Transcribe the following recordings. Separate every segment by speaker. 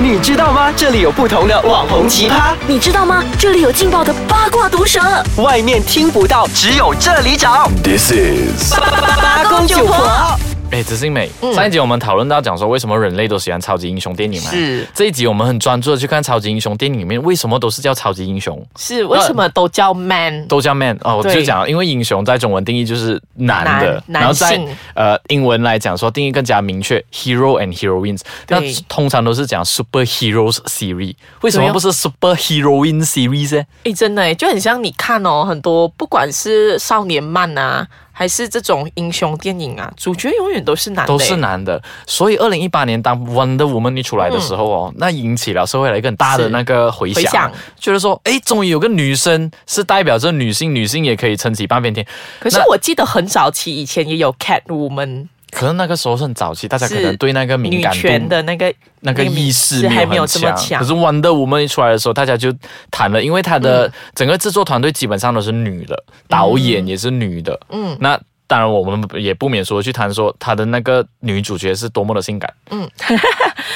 Speaker 1: 你知道吗？这里有不同的网红奇葩，
Speaker 2: 你知道吗？这里有劲爆的八卦毒舌，
Speaker 1: 外面听不到，只有这里找。
Speaker 3: This is
Speaker 1: 八公九婆，
Speaker 4: 哎，子欣美，
Speaker 5: 嗯
Speaker 4: 上一集我们讨论到讲说，为什么人类都喜欢超级英雄电影嘛？
Speaker 5: 是
Speaker 4: 这一集我们很专注的去看超级英雄电影里面，为什么都是叫超级英雄，呃
Speaker 5: 是为什么都叫 man？
Speaker 4: 都叫 man 哦？我
Speaker 5: 对
Speaker 4: 就讲，因为英雄在中文定义就是男的，
Speaker 5: 男
Speaker 4: 然后在
Speaker 5: 男性
Speaker 4: 呃英文来讲说定义更加明确，hero and heroines，那
Speaker 5: 对
Speaker 4: 通常都是讲 superheroes series，为什么
Speaker 5: 对哦
Speaker 4: 不是 superheroine series 呢？
Speaker 5: 诶，真的诶，就很像你看哦，很多不管是少年漫啊，还是这种英雄电影啊，主角永远都是男的，
Speaker 4: 都是。男的，所以二零一八年当 Wonder Woman 一出来的时候哦，那引起了社会的一个很大的
Speaker 5: 嗯是
Speaker 4: 那个回响，
Speaker 5: 回响
Speaker 4: 觉得说，哎，终于有个女生是代表着女性，女性也可以撑起半边天。
Speaker 5: 可是
Speaker 4: 那
Speaker 5: 我记得很早期以前也有 Cat Woman，
Speaker 4: 可能那个时候是很早期，大家可能
Speaker 5: 是
Speaker 4: 对那个敏
Speaker 5: 女
Speaker 4: 感
Speaker 5: 权
Speaker 4: 度、
Speaker 5: 的那个
Speaker 4: 那个意识
Speaker 5: 还没有
Speaker 4: 很
Speaker 5: 这么
Speaker 4: 强。
Speaker 5: 强
Speaker 4: 可是。Wonder Woman 一出来的时候，大家就谈了，因为她
Speaker 5: 嗯
Speaker 4: 的整个制作团队基本上都是女的，导演也是女的，嗯，那。当然，我们也不免说去谈说她的那个女主角是多么的性感，嗯，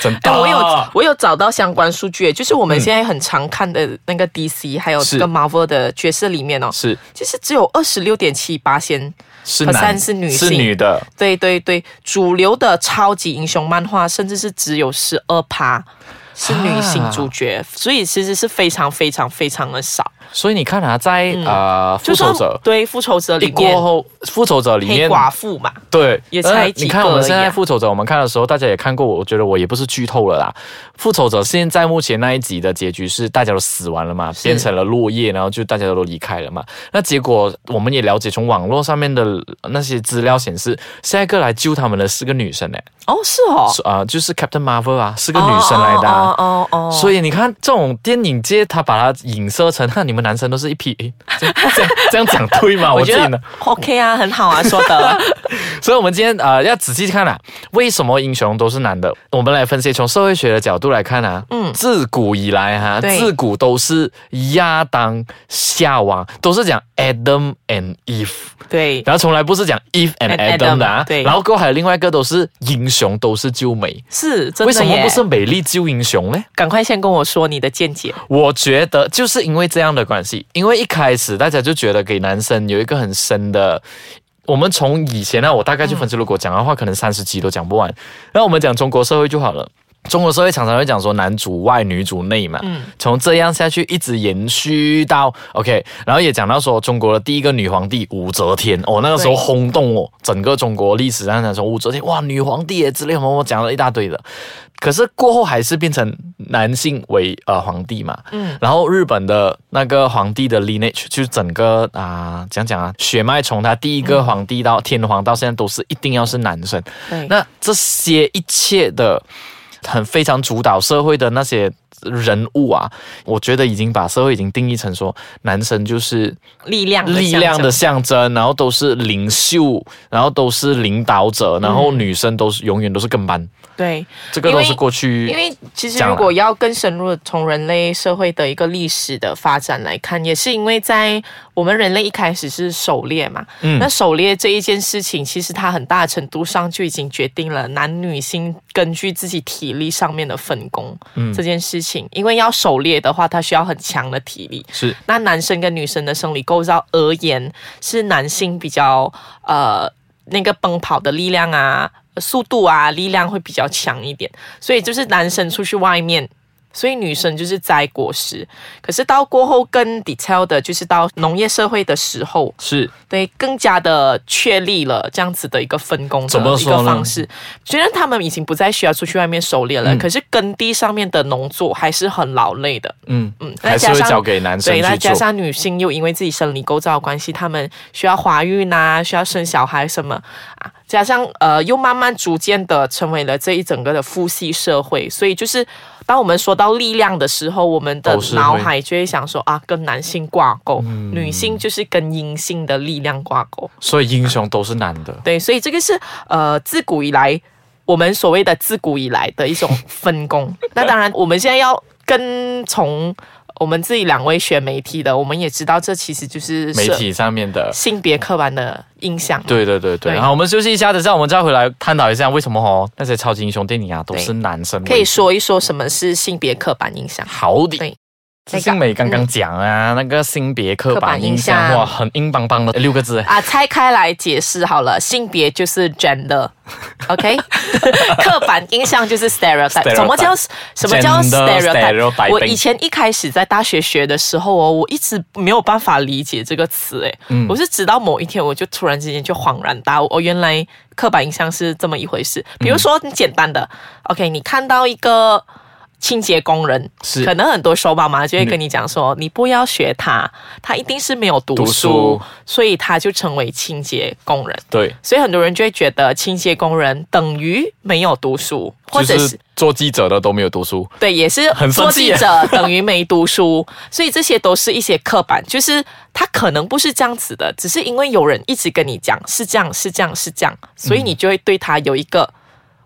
Speaker 4: 真的。啊
Speaker 5: 哎， 我有我有找到相关数据，就是我们现在很常看的那个 DC，、还有
Speaker 4: 嗯是
Speaker 5: 这个 Marvel 的角色里面哦，
Speaker 4: 是
Speaker 5: 其实只有二十六点七八仙。
Speaker 4: 是
Speaker 5: 可
Speaker 4: 男
Speaker 5: 三是女
Speaker 4: 是
Speaker 5: 性
Speaker 4: 女的，
Speaker 5: 对对对，主流的超级英雄漫画甚至是只有十二趴是女性主
Speaker 4: 啊
Speaker 5: 角，所以其实是非常非常非常的少。
Speaker 4: 所以你看啊，在、呃复
Speaker 5: 就
Speaker 4: 仇
Speaker 5: 算
Speaker 4: 者
Speaker 5: 对复仇者
Speaker 4: 一
Speaker 5: 嗯里面
Speaker 4: 过，后，复仇者里
Speaker 5: 黑
Speaker 4: 面
Speaker 5: 寡妇嘛，
Speaker 4: 对
Speaker 5: 也才
Speaker 4: 呃
Speaker 5: 几
Speaker 4: 你看
Speaker 5: 个
Speaker 4: 我们
Speaker 5: 而已
Speaker 4: 现在
Speaker 5: 啊
Speaker 4: 复仇者，我们看的时候，大家也看过，我觉得我也不是剧透了啦。复仇者现在目前那一集的结局是大家都死完了嘛，变成了落叶，然后就大家都离开了嘛。那结果我们也了解，从网络上面的那些资料显示，下一个来救他们的是个女生诶、欸
Speaker 5: 哦是哦，
Speaker 4: 是啊、就是 Captain Marvel 啊，是个女生来的、啊。
Speaker 5: 哦哦哦，哦
Speaker 4: 所以你看，这种电影界，他把它影射成，哈，你们男生都是一批，诶这样这样这样讲对吗？我
Speaker 5: 我
Speaker 4: 自
Speaker 5: 觉
Speaker 4: 己
Speaker 5: 得
Speaker 4: 呢。
Speaker 5: OK 啊，很好啊，说 的
Speaker 4: 所以，我们今天呃要仔细看啊，为什么英雄都是男的？我们来分析，从社会学的角度来看啊，嗯，自古以来哈、
Speaker 5: 对
Speaker 4: 自古都是亚当夏娃，都是讲 Adam and Eve，
Speaker 5: 对
Speaker 4: 然后从来不是讲 Eve and
Speaker 5: And
Speaker 4: Adam 的
Speaker 5: Adam，
Speaker 4: 啊。
Speaker 5: 对
Speaker 4: 然后过后还有另外一个都是英雄，都是救美，
Speaker 5: 是真的
Speaker 4: 为什么
Speaker 5: 耶
Speaker 4: 不是美丽救英雄呢？
Speaker 5: 赶快先跟我说你的见解，
Speaker 4: 我觉得就是因为这样的关系，因为一开始大家就觉得给男生有一个很深的。我们从以前呢、啊我大概去分析，如果讲的话，可能三十集都讲不完。那我们讲中国社会就好了。中国社会常常会讲说男主外女主内嘛，从这样下去一直延续到 OK，然后也讲到说中国的第一个女皇帝武则天，哦，那个时候
Speaker 5: 对
Speaker 4: 轰动哦，整个中国历史上来说武则天哇女皇帝耶之类，我讲了一大堆的。可是过后还是变成男性为呃皇帝嘛，嗯，然后日本的那个皇帝的 lineage 就是整个啊、讲讲啊，血脉从他第一个皇帝到、天皇到现在都是一定要是男生，
Speaker 5: 对
Speaker 4: 那这些一切的很非常主导社会的那些人物啊，我觉得已经把社会已经定义成说男生就是
Speaker 5: 力量的
Speaker 4: 力
Speaker 5: 象
Speaker 4: 量
Speaker 5: 征
Speaker 4: 的象征，然后都是领袖，然后都是领导者，然后女生都是永远都是跟班，
Speaker 5: 对，
Speaker 4: 这个
Speaker 5: 嗯因
Speaker 4: 都
Speaker 5: 为
Speaker 4: 是过去
Speaker 5: 因为其实
Speaker 4: 讲
Speaker 5: 如
Speaker 4: 啦
Speaker 5: 果要更深入的从人类社会的一个历史的发展来看，也是因为在我们人类一开始是狩猎嘛，
Speaker 4: 嗯
Speaker 5: 那狩猎这一件事情，其实它很大程度上就已经决定了男女性根据自己体力上面的分工、
Speaker 4: 嗯
Speaker 5: 这件事情，因为要狩猎的话，它需要很强的体力，
Speaker 4: 是
Speaker 5: 那男生跟女生的生理构造而言，是男性比较呃那个奔跑的力量啊、速度啊、力量会比较强一点，所以就是男生出去外面。所以女生就是摘果实，可是到过后更 detail 的，就是到农业社会的时候，
Speaker 4: 是
Speaker 5: 对，更加的确立了这样子的一个分工
Speaker 4: 怎么
Speaker 5: 的一
Speaker 4: 说呢
Speaker 5: 个方式。虽然他们已经不再需要出去外面狩猎了，
Speaker 4: 嗯
Speaker 5: 可是耕地上面的农作还是很劳累的。
Speaker 4: 嗯
Speaker 5: 嗯，
Speaker 4: 还是
Speaker 5: 那加
Speaker 4: 会
Speaker 5: 上
Speaker 4: 交给男生
Speaker 5: 对，那
Speaker 4: 去
Speaker 5: 加
Speaker 4: 做。
Speaker 5: 上女性又因为自己生理构造的关系，她们需要怀孕啊，需要生小孩什么啊，加上呃，又慢慢逐渐的成为了这一整个的父系社会，所以就是当我们说到力量的时候，我们的
Speaker 4: 都是会嗯
Speaker 5: 脑海就会想说啊，跟男性挂钩，女性就是跟阴性的力量挂钩，
Speaker 4: 所以英雄都是男的，
Speaker 5: 对，所以这个是呃自古以来我们所谓的自古以来的一种分工。那当然，我们现在要跟从我们自己两位学媒体的，我们也知道这其实就是
Speaker 4: 媒
Speaker 5: 社
Speaker 4: 体上面的。
Speaker 5: 性别刻板的印象。
Speaker 4: 对对对对，
Speaker 5: 对
Speaker 4: 然后我们休息一下，等一下我们再回来探讨一下为什么哦那些超级英雄电影啊都是男生为主
Speaker 5: 可以说一说什么是性别刻板印象？
Speaker 4: 好的。
Speaker 5: 对
Speaker 4: 知性美刚刚讲啊，那个性别刻板印
Speaker 5: 刻板印
Speaker 4: 象
Speaker 5: 象
Speaker 4: 哇，很硬邦邦的六个字。
Speaker 5: 啊，拆开来解释好了，性别就是 gender，OK？、刻板印象就是 stereotype。
Speaker 4: Stereotype
Speaker 5: 什么叫什么叫
Speaker 4: Gender
Speaker 5: stereotype？
Speaker 4: stereotyping
Speaker 5: 我以前一开始在大学学的时候哦，我一直没有办法理解这个词，哎、
Speaker 4: 嗯
Speaker 5: 我是直到某一天，我就突然之间就恍然大悟，哦，原来刻板印象是这么一回事。比如说很简单的、
Speaker 4: 嗯
Speaker 5: o k 你看到一个。清洁工人
Speaker 4: 是嗯
Speaker 5: 可能很多时候妈妈就会跟你讲说，你不要学他，他一定是没有读
Speaker 4: 读书
Speaker 5: 所以他就成为清洁工人。
Speaker 4: 对，
Speaker 5: 所以很多人就会觉得清洁工人等于没有读书，或者、
Speaker 4: 就是是做记者的都没有读书，
Speaker 5: 对，也是
Speaker 4: 很生
Speaker 5: 做
Speaker 4: 气
Speaker 5: 记
Speaker 4: 耶
Speaker 5: 者等于没读书。 所以这些都是一些刻板，就是他可能不是这样子的，只是因为有人一直跟你讲是这样，是这样，是这样，所以你就会对他有一个，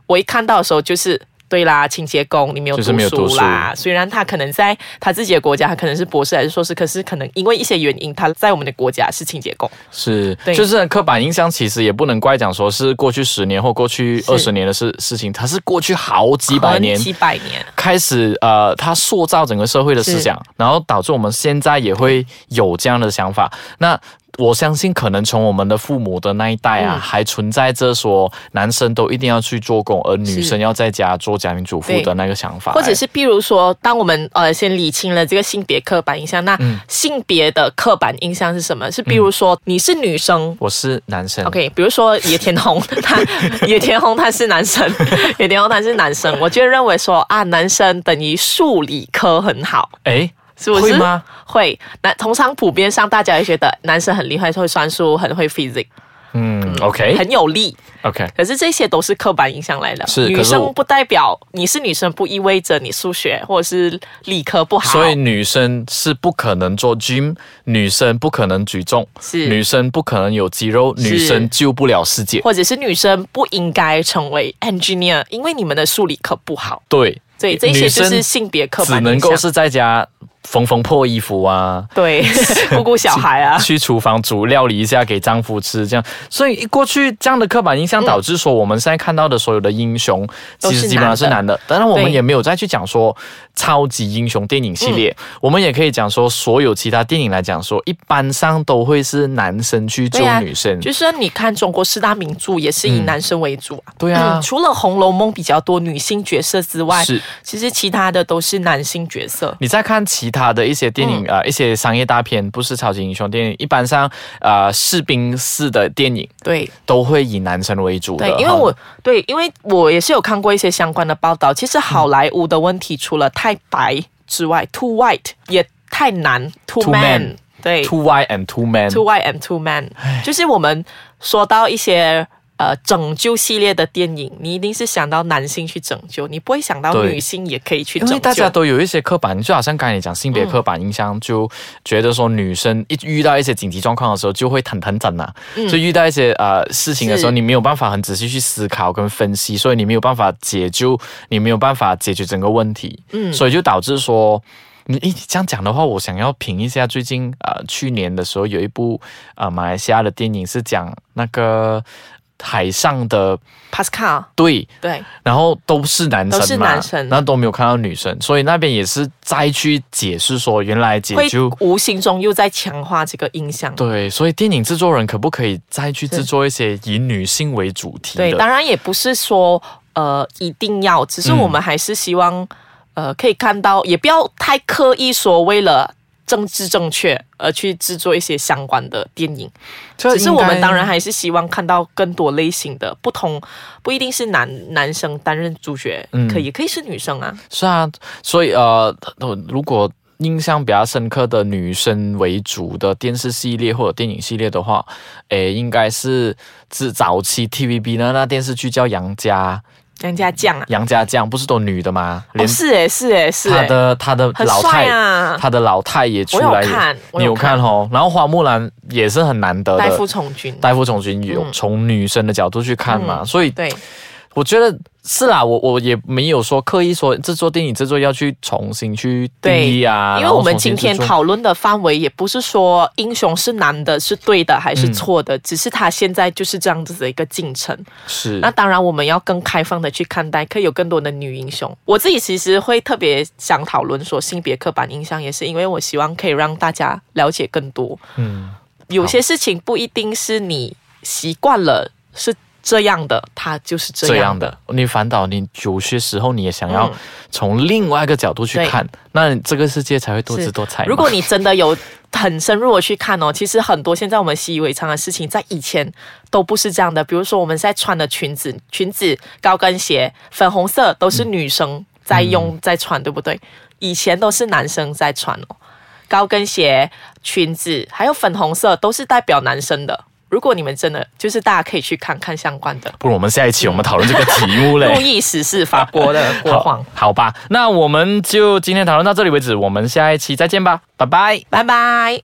Speaker 5: 我一看到的时候就是。对啦，清洁工你没有
Speaker 4: 就
Speaker 5: 读
Speaker 4: 是没有读
Speaker 5: 书啦。虽然他可能在他自己的国家，他可能是博士还是硕士，可是可能因为一些原因，他在我们的国家是清洁工。
Speaker 4: 是，
Speaker 5: 对
Speaker 4: 就是刻板印象，其实也不能怪讲说是过去十年或过去
Speaker 5: 是
Speaker 4: 二十年的事事情，它是过去好几百年
Speaker 5: 很几百年，
Speaker 4: 开始呃，它塑造整个社会的思想，然后导致我们现在也会有这样的想法。那我相信，可能从我们的父母的那一代啊，
Speaker 5: 嗯
Speaker 4: 还存在着说男生都一定要去做工，而女生要在家做家庭主妇
Speaker 5: 对
Speaker 4: 的那个想法，
Speaker 5: 或者
Speaker 4: 哎
Speaker 5: 是譬如说，当我们呃先理清了这个性别刻板印象，那
Speaker 4: 嗯
Speaker 5: 性别的刻板印象是什么？是比如说你是女生。
Speaker 4: 我是男生
Speaker 5: OK，比如说野 田红，他野田红他是男生，野田红他是男生，我就认为说啊，男生等于数理科很好，
Speaker 4: 哎，
Speaker 5: 是不是？
Speaker 4: 会吗？
Speaker 5: 会，那通常普遍上大家会觉得男生很厉害，会算数，很会 physics，
Speaker 4: 嗯，OK
Speaker 5: 很有力。
Speaker 4: OK，
Speaker 5: 可是这些都是刻板印象来的。
Speaker 4: 是
Speaker 5: 女
Speaker 4: 可是我
Speaker 5: 生不代表你是女生，不意味着你数学或者是理科不好。
Speaker 4: 所以女生是不可能做 gym，女生不可能举重，
Speaker 5: 是
Speaker 4: 女生不可能有肌肉，
Speaker 5: 是
Speaker 4: 女生救不了世界。
Speaker 5: 或者是女生不应该成为 engineer，因为你们的数理科不好。
Speaker 4: 对，
Speaker 5: 对，这
Speaker 4: 女
Speaker 5: 些就是
Speaker 4: 生
Speaker 5: 性别刻
Speaker 4: 只
Speaker 5: 板
Speaker 4: 能
Speaker 5: 印
Speaker 4: 够
Speaker 5: 象。
Speaker 4: 是在家缝缝破衣服啊，
Speaker 5: 对，顾顾小孩啊。
Speaker 4: 去厨房煮料理一下给丈夫吃，这样。所以过去这样的刻板印象导致说，我们现在看到的所有的英雄，
Speaker 5: 嗯都
Speaker 4: 其
Speaker 5: 是
Speaker 4: 实基本上是男的。当然，我们
Speaker 5: 对
Speaker 4: 也没有再去讲说超级英雄电影系列，
Speaker 5: 嗯
Speaker 4: 我们也可以讲说所有其他电影来讲说，一般上都会是男生去救
Speaker 5: 对啊
Speaker 4: 女生。嗯
Speaker 5: 就算你看中国四大名著，也是以男生为主啊。
Speaker 4: 对啊
Speaker 5: 嗯除了《红楼梦》比较多女性角色之外，
Speaker 4: 是
Speaker 5: 其实其他的都是男性角色。
Speaker 4: 你再看其他的一些电
Speaker 5: 嗯
Speaker 4: 影，呃，一些商业大片，不是超级英雄电影，一般上，呃，士兵式的电影
Speaker 5: 对，
Speaker 4: 都会以男生为主的。
Speaker 5: 对，因为
Speaker 4: 哈
Speaker 5: 我对，因为我也是有看过一些相关的报道。其实好莱坞的问题，除了太白之外，too white 也太难，too
Speaker 4: Too
Speaker 5: man
Speaker 4: man
Speaker 5: 对
Speaker 4: Two Y and Two Man，
Speaker 5: ，too white and too man，就是 我们说到一些。呃，拯救系列的电影，你一定是想到男性去拯救，你不会想到
Speaker 4: 对
Speaker 5: 女性也可以去
Speaker 4: 因
Speaker 5: 拯
Speaker 4: 为
Speaker 5: 救。
Speaker 4: 大家都有一些刻板，就好像刚才你讲性别刻板印象，就觉得说女生一遇到一些紧急状况的时候就会腾腾震呐，啊
Speaker 5: 嗯
Speaker 4: 就遇到一些呃事情的时候，
Speaker 5: 是
Speaker 4: 你没有办法很仔细去思考跟分析，所以你没有办法解救，你没有办法解决整个问题，嗯，所以就导致说。你诶你这样讲的话，我想要评一下最近呃去年的时候有一部呃马来西亚的电影是讲那个海上的
Speaker 5: Pascal
Speaker 4: 对
Speaker 5: 对
Speaker 4: 然后都是男生嘛，
Speaker 5: 都是男生
Speaker 4: 那都没有看到女生，所以那边也是再去解释说，原来解
Speaker 5: 会
Speaker 4: 救
Speaker 5: 无形中又在强化这个印象。
Speaker 4: 对，所以电影制作人可不可以再去制作一些以女性为主题
Speaker 5: 对，
Speaker 4: 的？
Speaker 5: 当然也不是说呃一定要，只是
Speaker 4: 嗯
Speaker 5: 我们还是希望、呃可以看到，也不要太刻意说为了。政治正确而去制作一些相关的电影，
Speaker 4: 这
Speaker 5: 只是我
Speaker 4: 应
Speaker 5: 们
Speaker 4: 该
Speaker 5: 当然还是希望看到更多类型的不同，不一定是男男生担任主角，
Speaker 4: 嗯
Speaker 5: 可以可以是女生啊，
Speaker 4: 是啊，所以呃，如果印象比较深刻的女生为主的电视系列或者电影系列的话，诶，应该是自早期 TVB 呢那电视剧叫《杨家
Speaker 5: 人家酱啊》，，
Speaker 4: 杨家将不是都女的吗？
Speaker 5: 哦
Speaker 4: 连
Speaker 5: 是诶是诶是
Speaker 4: 他
Speaker 5: 诶，
Speaker 4: 的他的
Speaker 5: 很
Speaker 4: 老
Speaker 5: 帅
Speaker 4: 太
Speaker 5: 啊
Speaker 4: 他的老太也出
Speaker 5: 我有
Speaker 4: 来也，
Speaker 5: 看我
Speaker 4: 你
Speaker 5: 有
Speaker 4: 有看哦。然后花木兰也是很难得的，
Speaker 5: 代父从军，
Speaker 4: 代父从军有从女生的角度去看嘛，所以
Speaker 5: 嗯对
Speaker 4: 我觉得是啦，我我也没有说刻意说这座电影制作要去重新去定义啊，
Speaker 5: 因为
Speaker 4: 然后
Speaker 5: 我们
Speaker 4: 重新
Speaker 5: 今
Speaker 4: 去
Speaker 5: 天
Speaker 4: 做
Speaker 5: 讨论的范围也不是说英雄是男的是对的还是错
Speaker 4: 嗯
Speaker 5: 的，只是他现在就是这样子的一个进程。
Speaker 4: 是
Speaker 5: 那当然，我们要更开放的去看待，可以有更多的女英雄。我自己其实会特别想讨论说性别刻板印象，也是因为我希望可以让大家了解更多。
Speaker 4: 嗯
Speaker 5: 有些事情不一定是你习惯了是这样的，它就是这
Speaker 4: 这
Speaker 5: 样
Speaker 4: 样
Speaker 5: 的。
Speaker 4: 的，你反倒你有些时候你也想要
Speaker 5: 嗯
Speaker 4: 从另外一个角度去看，那这个世界才会多姿多彩嘛。
Speaker 5: 如果你真的有很深入的去看哦，其实很多现在我们习以为常的事情，在以前都不是这样的。比如说我们现在穿的裙子、裙子、高跟鞋、粉红色都是女生在用、在穿，对不对？以前都是男生在穿哦，高跟鞋、裙子还有粉红色都是代表男生的。如果你们真的就是大家可以去看看相关的，
Speaker 4: 不如我们下一期我们讨论这个题目 嘞。
Speaker 5: 路易十四法国的国
Speaker 4: 好
Speaker 5: 皇，，
Speaker 4: 好吧，那我们就今天讨论到这里为止，我们下一期再见吧，拜拜。
Speaker 5: 拜拜。